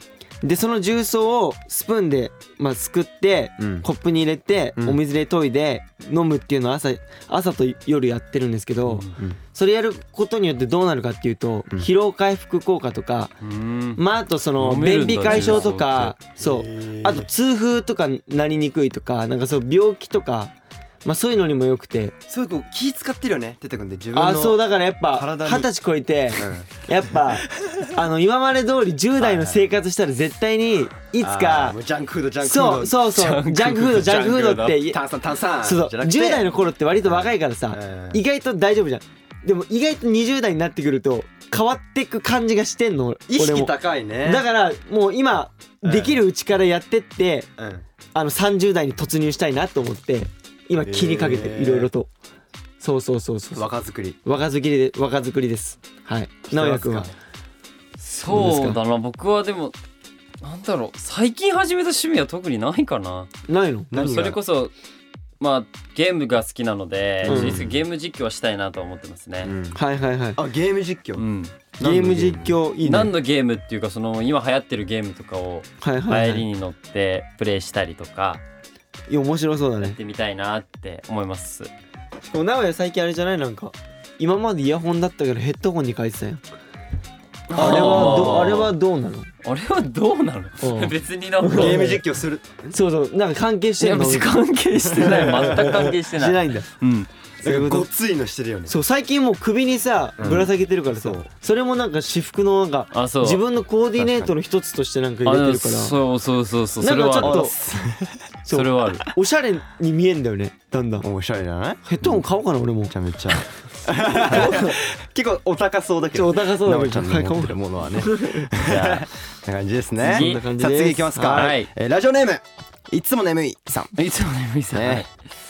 Speaker 1: でその重曹をスプーンで、まあ、すくって、
Speaker 2: うん
Speaker 1: コップに入れて、
Speaker 2: うん
Speaker 1: お水で研いで飲むっていうのを朝朝と夜やってるんですけど、
Speaker 2: うん
Speaker 1: それやることによってどうなるかっていうと、
Speaker 2: うん
Speaker 1: 疲労回復効果とか、
Speaker 3: うん
Speaker 1: まあ、あとその
Speaker 3: 飲める
Speaker 1: 便
Speaker 3: んだ
Speaker 1: 秘解消とかそうあと痛風とかなりにくいとかなんかそう病気とか、まあ、そういうのにもよくて
Speaker 2: すごいこう気使ってるよねテテ君って自分の
Speaker 1: あーそう
Speaker 2: だ
Speaker 1: だからやっぱ
Speaker 2: 体に
Speaker 1: 二十歳超えて。やっぱあの今まで通り10代の生活したら絶対にいつか
Speaker 2: ジャンクフードジャンクフ
Speaker 1: そ
Speaker 2: ード
Speaker 1: うそうそうジャンクフードジャンクフードって
Speaker 2: 炭酸炭酸
Speaker 1: そう
Speaker 2: じ
Speaker 1: そ
Speaker 2: ゃ
Speaker 1: う
Speaker 2: なくて
Speaker 1: 10代の頃って割と若いからさ
Speaker 2: うん
Speaker 1: 意外と大丈夫じゃんでも意外と20代になってくると変わってく感じがしてんの
Speaker 2: 意
Speaker 1: 俺
Speaker 2: 識
Speaker 1: も
Speaker 2: 高いね
Speaker 1: だからもう今
Speaker 2: うん
Speaker 1: できるうちからやってって
Speaker 2: ら、うん
Speaker 1: あの30代に突入したいなと思って今気にかけて
Speaker 2: へー
Speaker 1: いろいろとそうそうそうそう
Speaker 2: 若作り
Speaker 1: 若作りで若作りですはい直哉君は
Speaker 3: そうだな僕はでもなんだろう最近始めた趣味は特にないかな
Speaker 1: ないの
Speaker 3: でもそれこそまあゲームが好きなので、
Speaker 1: うん
Speaker 3: 実質ゲーム実況はしたいなとは思ってますね、
Speaker 2: うん
Speaker 1: はいはいはい
Speaker 2: あゲーム実況、
Speaker 3: うん
Speaker 1: ゲーム実況いいね
Speaker 3: 何のゲームっていうかその今流行ってるゲームとかを
Speaker 1: はいは
Speaker 3: 流
Speaker 1: い、
Speaker 3: 行
Speaker 1: は
Speaker 3: り
Speaker 1: い、
Speaker 3: に乗ってプレイしたりとか
Speaker 1: いや面白そうだ
Speaker 3: やっ
Speaker 1: ね
Speaker 3: てみたいなって思います
Speaker 1: しかも名古屋最近あれじゃないなんか今までイヤホンだったからヘッドホンに変えてたよあれはどあれはどうなの
Speaker 3: あれはどうな
Speaker 1: う
Speaker 3: の
Speaker 1: ん
Speaker 3: 別になんか
Speaker 2: ゲーム実況する
Speaker 1: そうそうなんか関係し
Speaker 3: い
Speaker 1: て
Speaker 3: や
Speaker 1: るの
Speaker 3: 別に関係してない全く関係して
Speaker 1: し
Speaker 3: ない
Speaker 1: ないんだ
Speaker 3: うん
Speaker 1: そういうこと
Speaker 2: ごっついのしてるよね
Speaker 1: そう最近もう首にさ
Speaker 2: うん
Speaker 1: ぶら下げてるからさ、
Speaker 2: そう
Speaker 1: それもなんか私服のなんか
Speaker 3: あそう
Speaker 1: 自分のコーディネートの一つとしてなんか入れてるから
Speaker 3: あそうそうそうそうそ
Speaker 1: なん
Speaker 3: れ
Speaker 1: か
Speaker 3: は
Speaker 1: ち
Speaker 3: あ
Speaker 1: ょっ
Speaker 3: る
Speaker 1: と
Speaker 3: それはある
Speaker 1: おしゃれに見えんだよねだんだん
Speaker 2: おしゃれじゃないめ
Speaker 1: ヘッドホン買おうかな俺も
Speaker 2: ちゃめちゃ結構お高そうだけ
Speaker 1: ちょ
Speaker 2: ど
Speaker 1: お高そうだけど
Speaker 2: なおちゃんの持ってるものはね
Speaker 3: じゃあ
Speaker 2: こん な感じですね
Speaker 3: 次
Speaker 1: そんな感じ
Speaker 2: さあ
Speaker 1: です
Speaker 2: 次いきますか、
Speaker 3: はい
Speaker 2: えーラジオネームいつも眠いさん
Speaker 3: いつも眠いさん、
Speaker 2: ね、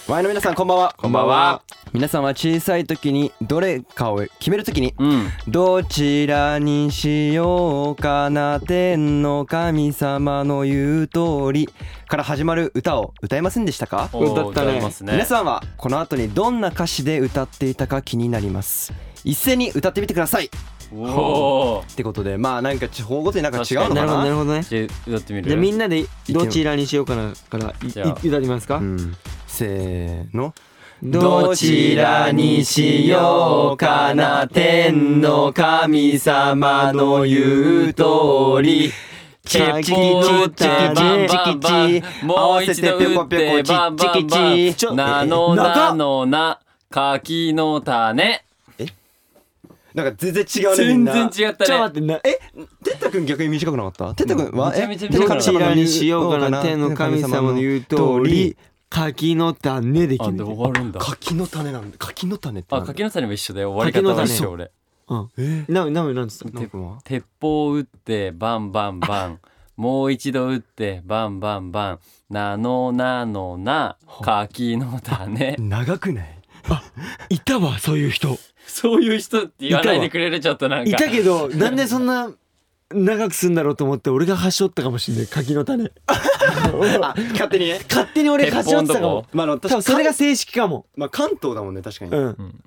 Speaker 2: 前の皆さんこんばんは
Speaker 3: こんばんは
Speaker 2: 皆さんは小さい時にどれかを決める時に
Speaker 3: うん
Speaker 2: どちらにしようかな天の神様の言う通りから始まる歌を歌いませんでしたか
Speaker 3: おー
Speaker 1: 歌ったね
Speaker 3: 歌いますね
Speaker 2: 皆さんはこの後にどんな歌詞で歌っていたか気になります一斉に歌ってみてくださいっ
Speaker 3: んおー
Speaker 2: てことでまあなんか地方ごとになんか違うの
Speaker 1: な
Speaker 2: か
Speaker 1: るほどな
Speaker 2: な
Speaker 1: るほどね
Speaker 3: じゃあ歌ってみる
Speaker 1: じゃあみんなでどちらにしようかなからいい
Speaker 3: じゃあ
Speaker 1: 歌いますか、
Speaker 2: うんせーの
Speaker 1: どちらにしようかな天の神様の言う通り
Speaker 3: チェキチキチキチキもう一度打ってバンバンバ
Speaker 1: ちょ
Speaker 3: ンなの
Speaker 1: 長っ
Speaker 3: なのな柿の種
Speaker 2: えなんか全然違うねみ
Speaker 3: 全
Speaker 2: んな
Speaker 3: 然違った
Speaker 1: ちょっ
Speaker 3: ね
Speaker 1: と待ってな
Speaker 2: えてったくん逆に短くなかったてったくんは
Speaker 3: めちゃ
Speaker 2: え
Speaker 3: めちゃ
Speaker 2: 手の
Speaker 3: 短
Speaker 1: どち
Speaker 3: い
Speaker 2: 神様
Speaker 1: ら
Speaker 2: の
Speaker 1: にしようかな
Speaker 2: 言
Speaker 1: 天の神様の言う
Speaker 2: の
Speaker 1: 通
Speaker 2: 神様の
Speaker 1: り柿の種で決
Speaker 3: あ
Speaker 1: めて
Speaker 3: で終わるんだ
Speaker 2: 柿の種なんだ柿の種って
Speaker 3: あ
Speaker 2: なんだ
Speaker 3: 柿の種も一緒だよ終わり方は一緒俺
Speaker 1: うん
Speaker 2: え
Speaker 1: なななんつった
Speaker 2: なんかは
Speaker 3: 鉄砲撃ってバンバンバンもう一度撃ってバンバンバンナノナノナ柿の種
Speaker 2: 長くない
Speaker 1: いたわそういう人
Speaker 3: そういう人って言わないでくれるちょっとなんか
Speaker 1: いたけどなんでそんな長くすんだろうと思って俺が端折ったかもしれない柿の種
Speaker 2: 勝手にね
Speaker 1: 勝手に俺
Speaker 3: 鉄
Speaker 1: 端
Speaker 3: 砲
Speaker 1: 折って
Speaker 3: んと
Speaker 1: たかも
Speaker 3: こ
Speaker 2: まああの
Speaker 1: 多分
Speaker 2: 私
Speaker 1: それが正式かも
Speaker 2: まあ関東だもんね確かに
Speaker 1: うん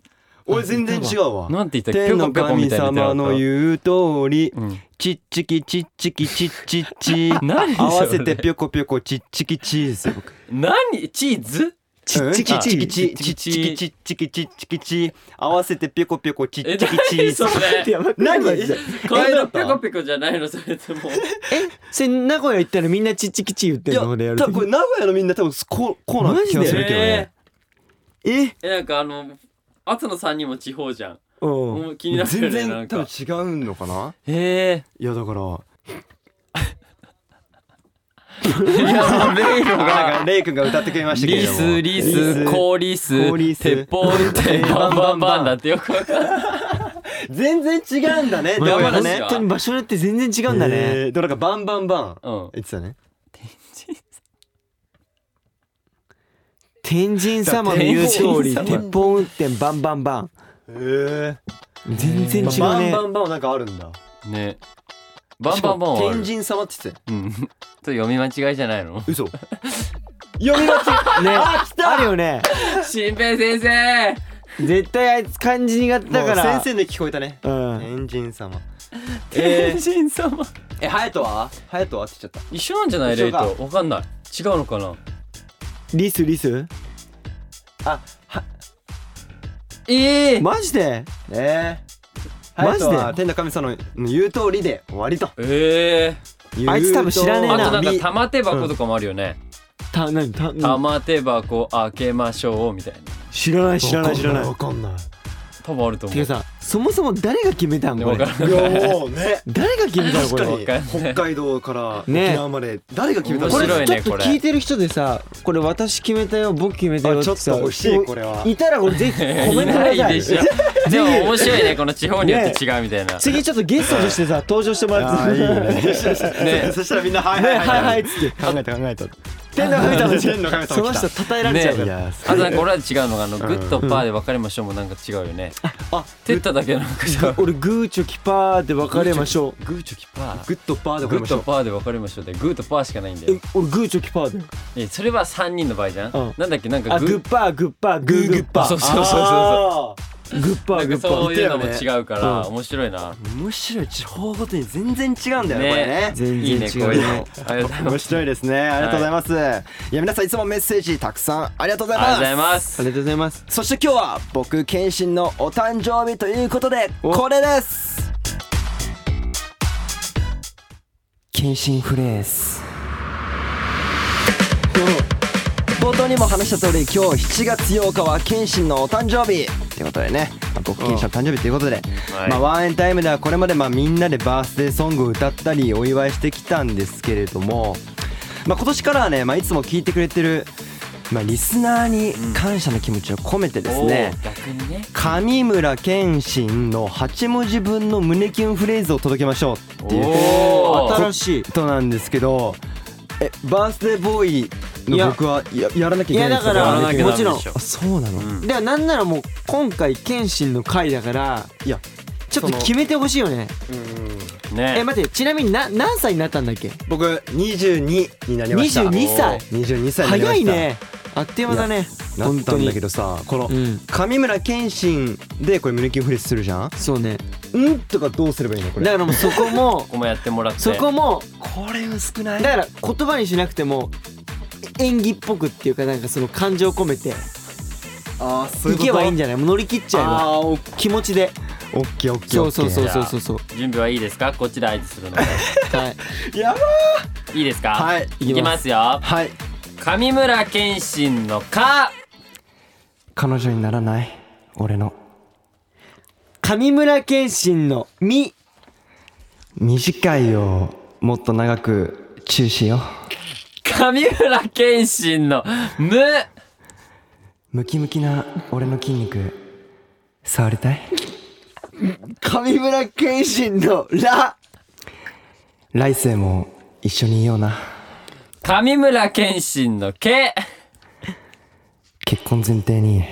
Speaker 2: 俺全然違うわ
Speaker 3: なんて言ったっけぴ
Speaker 2: 天
Speaker 3: ょこ
Speaker 2: の
Speaker 3: ぴょこみ
Speaker 2: 神
Speaker 3: たいな
Speaker 2: 様の言う通り
Speaker 3: う、ん、
Speaker 2: ちっちきちっちきちっちっち
Speaker 3: 何そ
Speaker 2: 合
Speaker 3: れ
Speaker 2: わせてぴょこぴょこちっちきチーズ僕
Speaker 3: 何チーズ
Speaker 1: ちっちきち
Speaker 2: ち
Speaker 1: い
Speaker 2: きちちっちきちっちきちっちきち合わせてぴょこぴょこちっ
Speaker 3: え
Speaker 2: ちきチー
Speaker 3: 何そ
Speaker 2: ズ
Speaker 1: って
Speaker 3: れ
Speaker 1: やばくない
Speaker 2: 何
Speaker 1: マジで
Speaker 3: カエルピョコピョコじゃないのそれとも
Speaker 1: それ名古屋行ったらみんなちっちきち言って
Speaker 2: い
Speaker 1: ん
Speaker 2: や
Speaker 1: の俺やる
Speaker 2: 多
Speaker 1: と
Speaker 2: 分
Speaker 1: き
Speaker 2: これ名古屋のみんな多分こうこうな気がするけどね
Speaker 1: え
Speaker 3: えなんかあの後の3人も地方じゃん
Speaker 1: うん
Speaker 3: もう気になって
Speaker 2: 全
Speaker 3: るねな
Speaker 2: 然
Speaker 3: ん
Speaker 2: 多
Speaker 3: か
Speaker 2: 分違うのかな
Speaker 3: へえ
Speaker 2: いやだから
Speaker 3: いや もうレイロ
Speaker 2: なん
Speaker 3: が
Speaker 2: かレイ君が歌ってくれましたけれ
Speaker 3: リ
Speaker 2: ども
Speaker 3: スリスコーリス
Speaker 2: コーリス
Speaker 3: 鉄砲撃ってバンバンバンだってよくわかんない
Speaker 2: 全然違うんだね
Speaker 1: まあ
Speaker 2: 名古屋の
Speaker 3: 山梨
Speaker 2: ね
Speaker 3: は
Speaker 1: 本当に場所によって全然違うんだね
Speaker 2: えーでもなんかバンバンバン
Speaker 3: うん
Speaker 2: 言ってたね
Speaker 1: 天神様の言う通り鉄砲運転バンバンバン
Speaker 2: えー
Speaker 1: 全然違
Speaker 2: まあ
Speaker 1: うね
Speaker 2: バンバンバンはなんかあるんだ
Speaker 3: ねバンバンバンはある
Speaker 2: 天神様って言ってたよ
Speaker 3: うん ちょっと読み間違いじゃない の
Speaker 2: 嘘読み間違
Speaker 1: ねあるよね
Speaker 3: 新平先生
Speaker 1: 絶対あいつ漢字苦手
Speaker 2: え
Speaker 1: だから
Speaker 2: もう先生で聞こえたね
Speaker 1: うん
Speaker 2: 天神様え
Speaker 3: 天神様
Speaker 2: ー、え隼人は隼人はって言っちゃっ
Speaker 3: 一緒なんじゃないレイ
Speaker 2: 一緒
Speaker 3: と
Speaker 2: か
Speaker 3: わかんない違うのかな
Speaker 1: リスリス
Speaker 2: たあは
Speaker 3: ええ
Speaker 1: マジで
Speaker 2: えー、
Speaker 1: マジで
Speaker 2: 隼人は天の神様の言う通りで終わりと
Speaker 3: ええ
Speaker 1: あいつ多分知らねえ
Speaker 3: あとな
Speaker 1: なん
Speaker 3: か玉手箱とかもあるよね
Speaker 1: た何た
Speaker 3: 玉手箱開けましょうみたいな
Speaker 1: 知らない知らない知らない
Speaker 2: わかんない
Speaker 3: 多分あると思
Speaker 1: て
Speaker 3: う
Speaker 1: かさそもそも誰が決めたん
Speaker 3: ね
Speaker 1: こ
Speaker 3: わか
Speaker 1: れ
Speaker 3: らない
Speaker 2: いやもうね
Speaker 1: 誰が決めたの
Speaker 2: 確
Speaker 1: こ
Speaker 2: か
Speaker 1: れ
Speaker 2: に北海道から沖
Speaker 1: ね
Speaker 2: 縄まで誰が決めたん
Speaker 1: こ
Speaker 2: だ
Speaker 1: れち
Speaker 3: 面白いね
Speaker 1: ょっと
Speaker 3: これ
Speaker 1: 聞いてる人でさこれ私決めたよ僕決めたよ
Speaker 2: あ
Speaker 1: っ
Speaker 2: ちょ
Speaker 1: て
Speaker 2: っと
Speaker 1: さ
Speaker 2: 欲しいこれは
Speaker 1: たらこれぜひコメン
Speaker 3: い
Speaker 1: トく
Speaker 3: な
Speaker 1: ださ
Speaker 3: い
Speaker 1: い
Speaker 3: で しょ。でも面白いね、この地方によって違うみたいな。
Speaker 1: 次ちょっとゲストとしてさ登場してもらってね
Speaker 2: ね
Speaker 3: ね
Speaker 2: そしたらみんなはい
Speaker 1: は
Speaker 2: はいい
Speaker 1: はいっつって
Speaker 2: 考えた考えた
Speaker 1: 天の神様です
Speaker 2: 天の神様来た
Speaker 1: その人称えられちゃうか
Speaker 2: い
Speaker 1: ら
Speaker 2: や
Speaker 3: あとなんか俺ら違うのが、あの、グッとパーで別れましょうもなんか違うよね。あ、てっただけなんかさ、
Speaker 1: 俺グーチョキパーで別れましょ
Speaker 3: グーチョキパー。
Speaker 2: グッドパーで
Speaker 3: グ
Speaker 2: これ
Speaker 3: ッとパーで別れましょうって、グーとパーしかないんだ
Speaker 1: うえ
Speaker 3: よ。
Speaker 1: 俺グーチョキパーで
Speaker 3: え、それは3人の場合じゃん
Speaker 1: うん。
Speaker 3: なんだっけ、なんか
Speaker 1: あ
Speaker 3: グ
Speaker 1: グ
Speaker 3: ー
Speaker 1: ッパーグッパーグーグッパ
Speaker 3: そ
Speaker 1: ー
Speaker 3: うそうそうそ
Speaker 2: あ
Speaker 1: グッパ
Speaker 3: う。な
Speaker 1: ー
Speaker 3: ん
Speaker 1: グッパ
Speaker 3: かそ
Speaker 1: ー
Speaker 3: ういうのも
Speaker 2: 言って
Speaker 3: 違うから、
Speaker 1: う
Speaker 3: 面白いな。
Speaker 2: ー面白い地方ごとに全然違うんだよねこれね
Speaker 1: 全
Speaker 3: いいね、
Speaker 1: 然違
Speaker 3: こう
Speaker 1: う
Speaker 3: いう
Speaker 1: よ
Speaker 3: の。ありがとうございます。
Speaker 2: 面白いですねありがとうございます、い、や皆さんいつもメッセージたくさんありがとうござい
Speaker 3: ありがとう
Speaker 2: ま
Speaker 3: ご
Speaker 2: す
Speaker 1: あ
Speaker 3: ざいます。
Speaker 1: りがとうございます
Speaker 2: そして今日は僕謙信のお誕生日ということでこれです謙信フレーズ冒頭にも話した通り今日7月8日は謙信のお誕生日ということでねまあ僕謙信の誕生日ということで、
Speaker 3: はい
Speaker 2: まあ、ワンエンタイムではこれまでまあみんなでバースデーソングを歌ったりお祝いしてきたんですけれども、まあ、今年からはね、まあ、いつも聞いてくれてる、まあ、リスナーに感謝の気持ちを込めてですね、
Speaker 3: おー逆にね。
Speaker 2: 上村謙信の8文字分の胸キュンフレーズを届けましょうっていう
Speaker 3: おー
Speaker 1: 新しい
Speaker 2: ことなんですけどえバースデーボーイの僕はややらなきゃい
Speaker 1: い
Speaker 2: けな
Speaker 1: や
Speaker 2: いんで
Speaker 1: だ
Speaker 2: すか
Speaker 1: から
Speaker 3: やらなきゃダメでしょ
Speaker 1: もちろん
Speaker 2: あそうなの、
Speaker 3: ん
Speaker 1: ではなんならもう今回謙信の回だから
Speaker 2: いや
Speaker 1: ちょっと
Speaker 2: その
Speaker 1: 決めてほしいよねえ
Speaker 3: ね。
Speaker 1: 待ってちなみにな何歳になったんだっけ
Speaker 2: 僕22になりました
Speaker 1: 22歳
Speaker 2: 22歳になりました
Speaker 1: 早いねあっという間だね
Speaker 2: な
Speaker 1: 本
Speaker 2: った
Speaker 1: 当
Speaker 2: ん
Speaker 1: に
Speaker 2: だけどさこの
Speaker 1: うん
Speaker 2: 上村謙信でこれ胸キュンフレーズするじゃん
Speaker 1: そうね
Speaker 2: うんとかどうすればいいのこ
Speaker 1: だ
Speaker 2: れ
Speaker 1: からもうそこ も
Speaker 3: ここもやってもらって。
Speaker 1: そこも
Speaker 2: これ薄くな
Speaker 1: だから言葉にしなくても演技っぽくっていうかなんかその感情を込めて
Speaker 2: あーそうい
Speaker 1: いう
Speaker 2: こと
Speaker 1: けばいいん
Speaker 2: じ
Speaker 1: じゃないもう乗り切っちゃえば
Speaker 2: あーオッ
Speaker 1: 気持ちで
Speaker 2: オッケーオッケー
Speaker 1: そうそうそううそうそうそう
Speaker 3: 準備はいいですかこっちで合図するので。
Speaker 1: はい
Speaker 2: やばい
Speaker 3: いいですか
Speaker 2: はい
Speaker 3: いきますよ。
Speaker 2: はい
Speaker 3: 上村謙信の「か
Speaker 2: 彼女にならない俺の
Speaker 1: 上村健信の「み
Speaker 2: 短いよもっと長くチューしよ
Speaker 3: 上村健信の「む
Speaker 2: うムキムキな俺の筋肉触りたい」
Speaker 1: 上村健信の「ら
Speaker 2: 来世も一緒にいような」
Speaker 3: 上村健信の「け
Speaker 2: 結婚前提に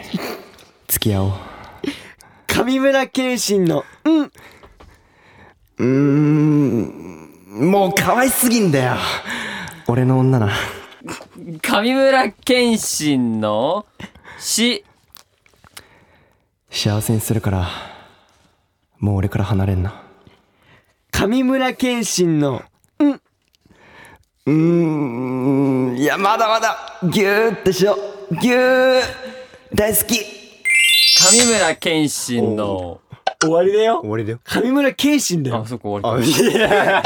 Speaker 2: 付き合おう
Speaker 1: 上村健信の「ん
Speaker 2: うーんもう可愛すぎんだよ俺の女な」
Speaker 3: 上村健信の「し
Speaker 2: 幸せにするからもう俺から離れんな
Speaker 1: 上村健信の
Speaker 2: うーんいやまだまだギューってしようギュー大好き」
Speaker 3: 上村健信の
Speaker 1: 終わりだよ
Speaker 2: 終わりだよ
Speaker 1: 上村健信だ
Speaker 3: 「あ
Speaker 1: よ
Speaker 3: そこ終わりか
Speaker 2: あいや
Speaker 1: あ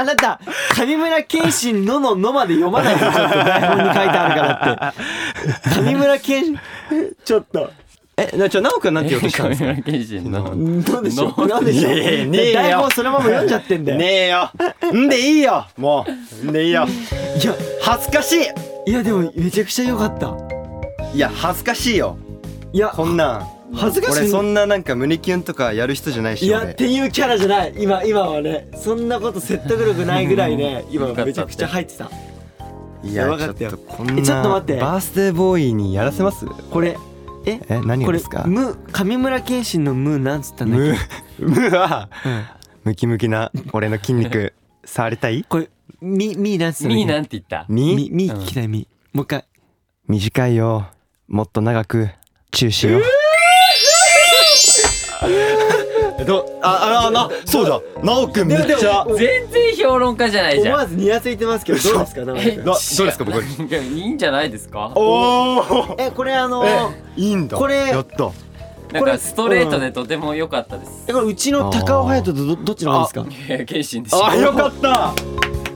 Speaker 1: あなた上村健信のののまで読まないでちょっと台本に書いてあるからって上村健ちょっと
Speaker 2: えなちょなおくんなんて言おうとしたん
Speaker 3: 上
Speaker 2: ですか
Speaker 3: 村健信の「
Speaker 1: どうでしょ
Speaker 3: の
Speaker 1: うどうでしょう
Speaker 2: いやいやねえよ
Speaker 1: 台本そのまま読んじゃってんだよ、
Speaker 2: ねえよんでいいよもうんでいいよ
Speaker 1: いや
Speaker 2: 恥ずかしい
Speaker 1: いやでもめちゃくちゃ良かった
Speaker 2: いや恥ずかしいよ
Speaker 1: いや
Speaker 2: こんなん
Speaker 1: 恥ずかしい
Speaker 2: 俺そんななんか胸キュンとかやる人じゃない
Speaker 1: い
Speaker 2: し
Speaker 1: やっ
Speaker 2: 俺
Speaker 1: ていうキャラじゃない今今はねそんなこと説得力ないぐらいね今めちゃくちゃ入ってた
Speaker 2: い
Speaker 1: や
Speaker 2: や
Speaker 1: ば
Speaker 2: ち
Speaker 1: か
Speaker 2: ょ
Speaker 1: っ
Speaker 2: った
Speaker 1: よ
Speaker 2: とこんな
Speaker 1: えちょっと待って
Speaker 2: バースデーボーイにやらせます
Speaker 1: これえ
Speaker 2: え何
Speaker 1: こ
Speaker 2: が
Speaker 1: れ
Speaker 2: ですか
Speaker 1: 無上村健信の無なんつったんだっけ
Speaker 2: ム ムはムキムキな俺の筋 肉触りたい
Speaker 1: これみみなんつっ」たんだっけ
Speaker 3: み」なんて言った
Speaker 1: み
Speaker 2: み
Speaker 1: み
Speaker 3: うん
Speaker 1: 聞きたいみもう一回
Speaker 2: 短いよもっと長くチューし ようどああのそうだなおくんめっちゃ
Speaker 3: 全然評論家じゃないじ
Speaker 1: 思
Speaker 3: ゃん
Speaker 1: わずにやついてますけどどうですか直
Speaker 3: え
Speaker 1: 哉
Speaker 2: どうですか僕
Speaker 3: いやいいんじゃないですか
Speaker 2: おお
Speaker 1: 君えこれあの
Speaker 2: えいいんだ
Speaker 1: これ
Speaker 2: やった
Speaker 3: なん
Speaker 1: これ
Speaker 3: かストレートでとても良かったです
Speaker 1: えこれうちの高尾隼人とどどっちの方がいいですか
Speaker 3: いや謙信でしょ
Speaker 2: あよかった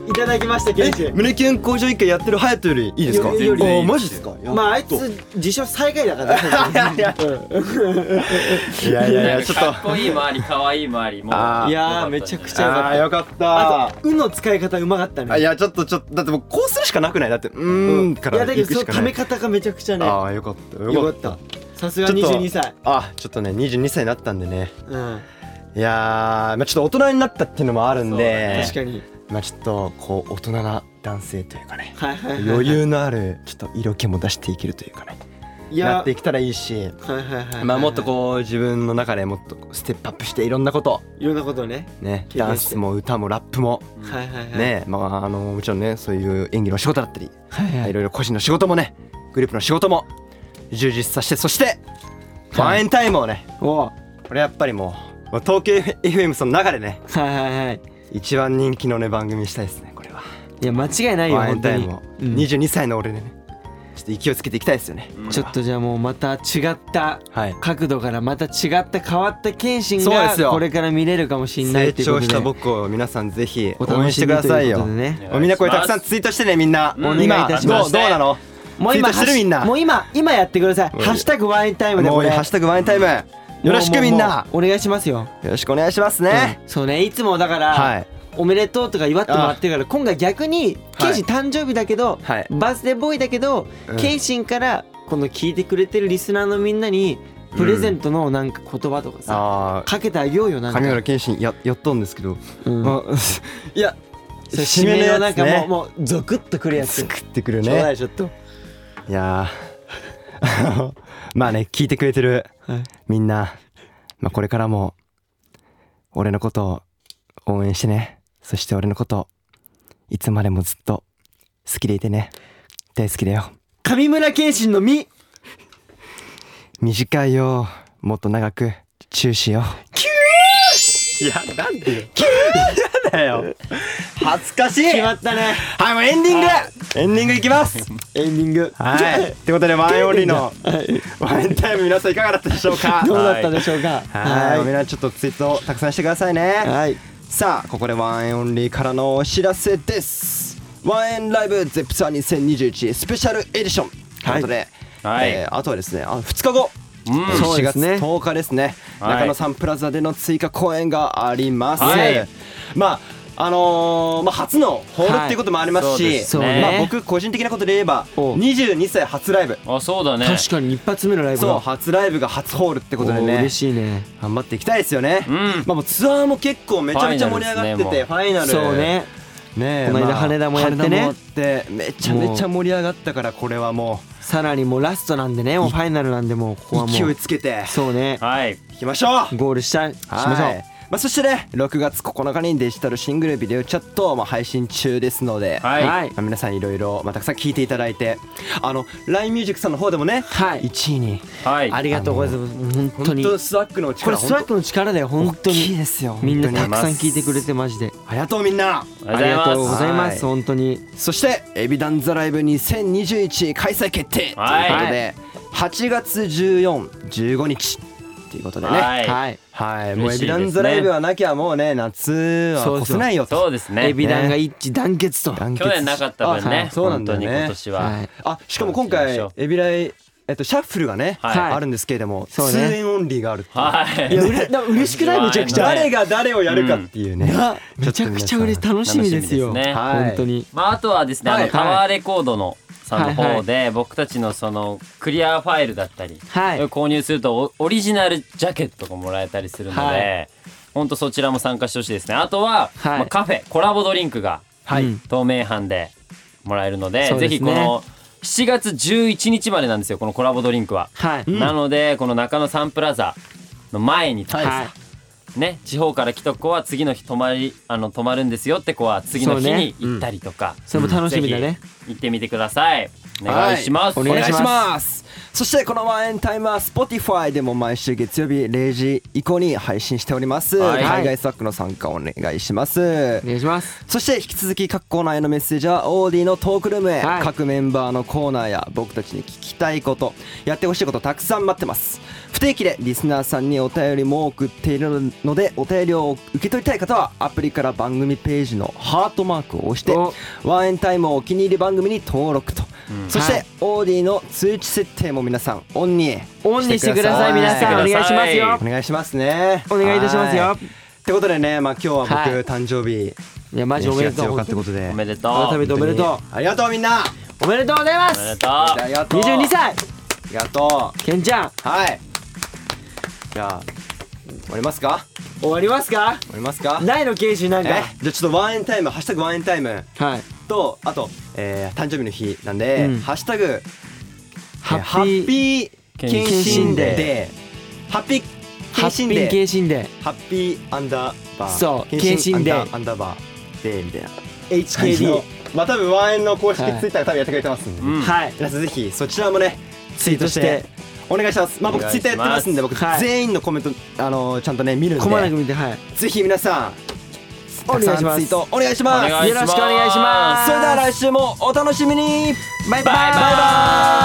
Speaker 1: いただきました健信
Speaker 2: 胸キュン工場一回やってるハヤトよりいいですか
Speaker 1: よりより
Speaker 2: おーマジですか
Speaker 1: まああいつ自称最下位だからね
Speaker 2: いやいや いやちょっと
Speaker 3: かっこいい周り可愛い周りも
Speaker 2: あー
Speaker 1: いやーめちゃくちゃ良か
Speaker 2: あ
Speaker 1: っ
Speaker 2: ー
Speaker 1: た
Speaker 2: よかった
Speaker 1: あと「う」の使い方うまかったね
Speaker 2: あいやちょっとちょっとだってもうこうするしかなくないだってうーんか
Speaker 1: いや
Speaker 2: ら
Speaker 1: だ
Speaker 2: 行
Speaker 1: けど
Speaker 2: く
Speaker 1: その
Speaker 2: しか
Speaker 1: た
Speaker 2: な
Speaker 1: め
Speaker 2: い
Speaker 1: 方がめちゃくちゃね
Speaker 2: ああよかったよ
Speaker 1: よ
Speaker 2: か
Speaker 1: か
Speaker 2: っ
Speaker 1: ったたさすが
Speaker 2: ちょっと
Speaker 1: 22歳
Speaker 2: あちょっとね22歳になったんでね
Speaker 1: うん
Speaker 2: いやー、まあ、ちょっと大人になったっていうのもあるんで、
Speaker 1: 確かに
Speaker 2: まあ、ちょっとこう大人な男性というかね
Speaker 1: はいはいはいはい
Speaker 2: 余裕のあるちょっと色気も出していけるというかね
Speaker 1: いや
Speaker 2: なっていけたらいいし
Speaker 1: はいはいはいはい
Speaker 2: まあもっとこう自分の中でもっとこうステップアップしていろんなこと
Speaker 1: いろんなことをね
Speaker 2: ね
Speaker 1: 経験して
Speaker 2: ダンスも歌もラップも
Speaker 1: はいはいはい
Speaker 2: ねまああのもちろんねそういう演技の仕事だったり
Speaker 1: はいはい
Speaker 2: いろいろ個人の仕事もねグループの仕事も充実させてそしてバレンタイムをね
Speaker 1: おう
Speaker 2: これやっぱりもうもう東京 FM その中でね
Speaker 1: はいはいはい
Speaker 2: 一番人気のね番組にしたいですねこれはい
Speaker 1: や間違いないよ
Speaker 2: バレ
Speaker 1: 本
Speaker 2: ン
Speaker 1: 当
Speaker 2: タイ
Speaker 1: に
Speaker 2: ムを、
Speaker 1: うん
Speaker 2: 22歳の俺でねちょっと勢いつけていきたいですよね
Speaker 1: ちょっとじゃあもうまた違った
Speaker 2: はい
Speaker 1: 角度からまた違った変わった謙信
Speaker 2: そうで
Speaker 1: が
Speaker 2: すよ
Speaker 1: これから見れるかもしれない
Speaker 2: 成
Speaker 1: っていうこ
Speaker 2: 長
Speaker 1: とで
Speaker 2: した僕を皆さんぜひ
Speaker 1: お
Speaker 2: 応
Speaker 1: 楽
Speaker 2: 援して
Speaker 1: し
Speaker 2: く
Speaker 1: み
Speaker 2: だ
Speaker 1: と
Speaker 2: さい
Speaker 1: いうこ
Speaker 2: よ
Speaker 1: とでね
Speaker 2: もうみんなこれたくさんツイートしてねみんな、
Speaker 1: お願いいたしま
Speaker 2: ど
Speaker 1: す
Speaker 2: うどうなの
Speaker 1: もう
Speaker 2: ツイー
Speaker 1: 今
Speaker 2: トしてるみんな
Speaker 1: もう今今やってください「
Speaker 2: う
Speaker 1: ハッシュタグワインタイム」で
Speaker 2: もう
Speaker 1: こ
Speaker 2: いい
Speaker 1: れ
Speaker 2: ハッシュタグワインタイムよろしく
Speaker 1: もうも
Speaker 2: み
Speaker 1: うん
Speaker 2: な
Speaker 1: もうお願いしますよ
Speaker 2: よろしくお願いしますね
Speaker 1: う、んそうねいつもだから、
Speaker 2: はい
Speaker 1: おめでとうとか祝ってもらってるから今回逆に
Speaker 2: はい
Speaker 1: ケイシン誕生日だけど、
Speaker 2: はい
Speaker 1: バースデーボーイだけど、
Speaker 2: うん
Speaker 1: ケイシンからこの聞いてくれてるリスナーのみんなにプレゼントのなんか言葉とかさ、
Speaker 2: あ
Speaker 1: かけてあげようよな
Speaker 2: あ
Speaker 1: んか
Speaker 2: 神村謙信ややったんですけど、
Speaker 1: うん
Speaker 2: まあ いや
Speaker 1: そう締めのなんかもう
Speaker 2: う
Speaker 1: もうゾクッとくるやつ
Speaker 2: 作ってくる
Speaker 1: ちょうだ
Speaker 2: ね
Speaker 1: いちょっと、
Speaker 2: いやー あのまあね聞いてくれてる
Speaker 1: はい
Speaker 2: みんな、まあ、これからも俺のことを応援してねそして俺のこといつまでもずっと好きでいてね大好きだよ
Speaker 1: 上村健信の実
Speaker 2: 短いよもっと長くチューしようキューいやなんでよキューだよ恥ずかしい
Speaker 1: 決まったね
Speaker 2: はいもうエンディングエンディングいきます
Speaker 1: エンディング
Speaker 2: はいってことでワンオンリーの
Speaker 1: はい
Speaker 2: ワインタイム皆さんいかがだったでしょう か
Speaker 1: どうだったでしょうか
Speaker 2: はいみん
Speaker 1: は
Speaker 2: なちょっとツイートたくさんしてくださいね
Speaker 1: いはい
Speaker 2: さあここでワンエンオンリーからのお知らせですワンエンライブゼップサー2021スペシャルエディションということで、
Speaker 3: はい
Speaker 2: えーあとはですねあ2日後、
Speaker 3: うん
Speaker 2: えー
Speaker 1: そう
Speaker 2: 4
Speaker 1: で
Speaker 2: 月
Speaker 1: すね
Speaker 2: 10日ですね
Speaker 3: はい
Speaker 2: 中野サンプラザでの追加公演があります、
Speaker 3: はい
Speaker 2: まああのーまあ、初のホールっていうこともありますし、
Speaker 3: はいそう
Speaker 1: ですね
Speaker 2: まあ、僕個人的なことで言えば
Speaker 1: お
Speaker 2: 22歳初ライブ
Speaker 3: あそうだね
Speaker 1: 確かに一発目のライブ
Speaker 2: そう
Speaker 1: だ
Speaker 2: 初ライブが初ホールってことで
Speaker 1: おー
Speaker 2: ね
Speaker 1: 嬉しいね
Speaker 2: 頑張っていきたいですよね、
Speaker 3: うん
Speaker 2: まあ、もうツアーも結構めちゃめちゃ盛り上がっててフ
Speaker 3: フ
Speaker 2: ァイナル,、
Speaker 1: そうね
Speaker 2: ねえ
Speaker 1: この間羽田もやってね
Speaker 2: 羽田もってめちゃめちゃ盛り上がったからこれはも
Speaker 1: さらにもうラストなんでねもうファイナルなんでもうここは
Speaker 2: う
Speaker 1: も
Speaker 2: 勢いうつけて
Speaker 1: そうね
Speaker 3: はい
Speaker 2: いきましょうはい
Speaker 1: ゴールしたいしましょう
Speaker 2: まあ、そしてね6月9日にデジタルシングルビデオチャットも配信中ですので、
Speaker 3: はい
Speaker 2: まあ皆さんいろいろまあたくさん聞いていただいてあの LINE ミュージックさんの方でもね、
Speaker 1: はい
Speaker 2: 1位に
Speaker 3: はい
Speaker 1: ありがとうございます本当
Speaker 2: 本
Speaker 1: に
Speaker 2: 当スワックの
Speaker 1: これ
Speaker 2: 力
Speaker 1: スワックの力だよ本当
Speaker 2: 大きい
Speaker 1: に
Speaker 2: ですよ
Speaker 1: みんなた
Speaker 2: 本当
Speaker 1: く
Speaker 2: に
Speaker 1: さん聞いてくれてマジで
Speaker 2: ありがとうみんな
Speaker 3: ありが
Speaker 1: ありが
Speaker 3: と
Speaker 1: と
Speaker 3: う
Speaker 1: う
Speaker 3: ご
Speaker 1: ご
Speaker 3: ざ
Speaker 1: ざ
Speaker 3: い
Speaker 1: い
Speaker 3: ま
Speaker 1: ますす本当に
Speaker 2: そしてエビダンザライブ2021開催決定ということ
Speaker 3: はい
Speaker 2: で、8月1415日ということでねは、
Speaker 3: はいい
Speaker 1: はい
Speaker 2: もう
Speaker 3: 嬉し
Speaker 2: エ
Speaker 3: いです
Speaker 2: ビ
Speaker 3: ね
Speaker 2: ダンザライブはなきゃもうね夏は越せないよ
Speaker 3: すそ
Speaker 2: と
Speaker 3: うです
Speaker 1: エ
Speaker 3: ね
Speaker 1: ビダンが一致団結と
Speaker 2: 団
Speaker 3: 去
Speaker 2: 結
Speaker 3: 年なかった分
Speaker 2: あ
Speaker 3: ね
Speaker 2: はいそうなんだよ
Speaker 3: 本当
Speaker 2: ね
Speaker 3: に今年は、
Speaker 1: はい
Speaker 2: あしかも今回エビライえっとシャッフルがね、
Speaker 3: はい
Speaker 2: あるんですけれども、
Speaker 1: そう
Speaker 2: 通
Speaker 1: ね
Speaker 2: 園オンリーがあるって いう
Speaker 3: はい
Speaker 1: いやうれだ嬉し くないめちゃくちゃ
Speaker 2: 誰が誰をやるかっていうね、
Speaker 1: なめちゃくちゃ嬉しい楽しみですよ
Speaker 3: 楽しみですね
Speaker 2: はい
Speaker 1: 本当に
Speaker 3: まあ、あとはですね、
Speaker 2: はい
Speaker 3: あのタワーレコードのさんの方で、僕たちのそのクリアファイルだったり、
Speaker 1: はい
Speaker 3: 購入するとオオリジナルジャケットがもらえたりするので、
Speaker 1: は
Speaker 3: ほんとそちらも参加してほしいですねあとは、
Speaker 1: はい
Speaker 3: まあ、カフェコラボドリンクが、
Speaker 1: はい
Speaker 3: うん透明版でもらえるので
Speaker 1: そう
Speaker 3: ぜ
Speaker 1: ですね
Speaker 3: ひこの7月11日までなんですよこのコラボドリンクは、
Speaker 1: はい
Speaker 3: なのでこの中野サンプラザの前に、
Speaker 1: はい
Speaker 3: ね、地方から来た子は次の日泊まりあの泊まるんですよって子は次の日に
Speaker 2: そうね
Speaker 3: 行ったりとか、
Speaker 1: それも楽しみだね
Speaker 3: ぜひ行ってみてくださいお願いします、
Speaker 1: はい
Speaker 2: お
Speaker 1: お
Speaker 2: 願
Speaker 1: 願
Speaker 2: い
Speaker 1: い
Speaker 2: し
Speaker 1: し
Speaker 2: ます
Speaker 1: ます
Speaker 2: そしてこのワンエンタイムは Spotify でも毎週月曜日0時以降に配信しております、
Speaker 3: はい
Speaker 2: 海外スワックの参加お願いします、
Speaker 1: お願いします
Speaker 2: そして引き続き各コーナーへのメッセージはオーディのトークルームへ、
Speaker 1: はい
Speaker 2: 各メンバーのコーナーや僕たちに聞きたいことやってほしいことたくさん待ってます不定期でリスナーさんにお便りも送っているのでお便りを受け取りたい方はアプリから番組ページのハートマークを押して
Speaker 1: お
Speaker 2: ワンエンタイムをお気に入り番組に登録と、そして、
Speaker 1: は
Speaker 2: オーディの通知設定も皆さんオンに
Speaker 1: オンにしてください
Speaker 2: して
Speaker 1: 皆さん
Speaker 2: く
Speaker 1: お願いしますよ
Speaker 2: お願いしますね
Speaker 1: お願いいたしますよ
Speaker 2: はってことでね、まあ、今日は僕、
Speaker 1: はい
Speaker 2: 誕生日
Speaker 1: いやマジおめでとう
Speaker 2: 4月4日ってことで
Speaker 3: おめでとう
Speaker 1: 改めておめでと
Speaker 2: うありがとうみんな
Speaker 1: うおめでとうございま
Speaker 3: おめですとう
Speaker 2: ありがとう
Speaker 1: 22歳
Speaker 2: ありがと
Speaker 1: ケンちゃん
Speaker 2: うはいじゃあ終わりますか
Speaker 1: 終わりますか
Speaker 2: 終わりますか
Speaker 1: ないのケイシなん
Speaker 2: え
Speaker 1: か
Speaker 2: じゃあちょっとワンエンタイム「ハッシュタグワンエンタイム
Speaker 1: はい」
Speaker 2: とあと、えー、誕生日の日なんで「
Speaker 1: うん
Speaker 2: ハッシュタグ
Speaker 1: ハ
Speaker 2: えーハッ
Speaker 1: ッピー
Speaker 2: ピー
Speaker 3: 健
Speaker 2: 健
Speaker 1: 診
Speaker 2: 診
Speaker 1: デー
Speaker 2: デー」ハッピー
Speaker 1: ハ
Speaker 2: 健
Speaker 1: ッ
Speaker 2: 診
Speaker 1: ピ
Speaker 2: デ
Speaker 1: ーケ
Speaker 2: ー
Speaker 1: イシンデ
Speaker 2: ハッピーアンダーバー
Speaker 1: そう健診デー
Speaker 2: アンダーアンダーバーデーみたいな
Speaker 1: ー HKD
Speaker 2: まあ多分ワンエンの公式
Speaker 1: はい
Speaker 2: ツイッターが多分やってくれてますんで、
Speaker 3: うん
Speaker 1: はい
Speaker 2: 皆さんぜひそちらもねツイートして
Speaker 1: ツイート
Speaker 2: お願いしますまあ僕
Speaker 3: お願い
Speaker 2: ツイ
Speaker 3: します
Speaker 2: ッターやってますんで僕
Speaker 1: はい
Speaker 2: 全員のコメントあのーちゃんとね見るん
Speaker 1: こまなく
Speaker 2: で
Speaker 1: 見てはい
Speaker 2: ぜひ皆さんたくさ
Speaker 1: お願
Speaker 2: ん
Speaker 1: いします
Speaker 2: ツイートお願いします
Speaker 3: お願い
Speaker 1: よ
Speaker 3: します
Speaker 1: ろしくお願いします
Speaker 2: それでは来週もお楽しみに
Speaker 1: バイバイ
Speaker 3: バイバイ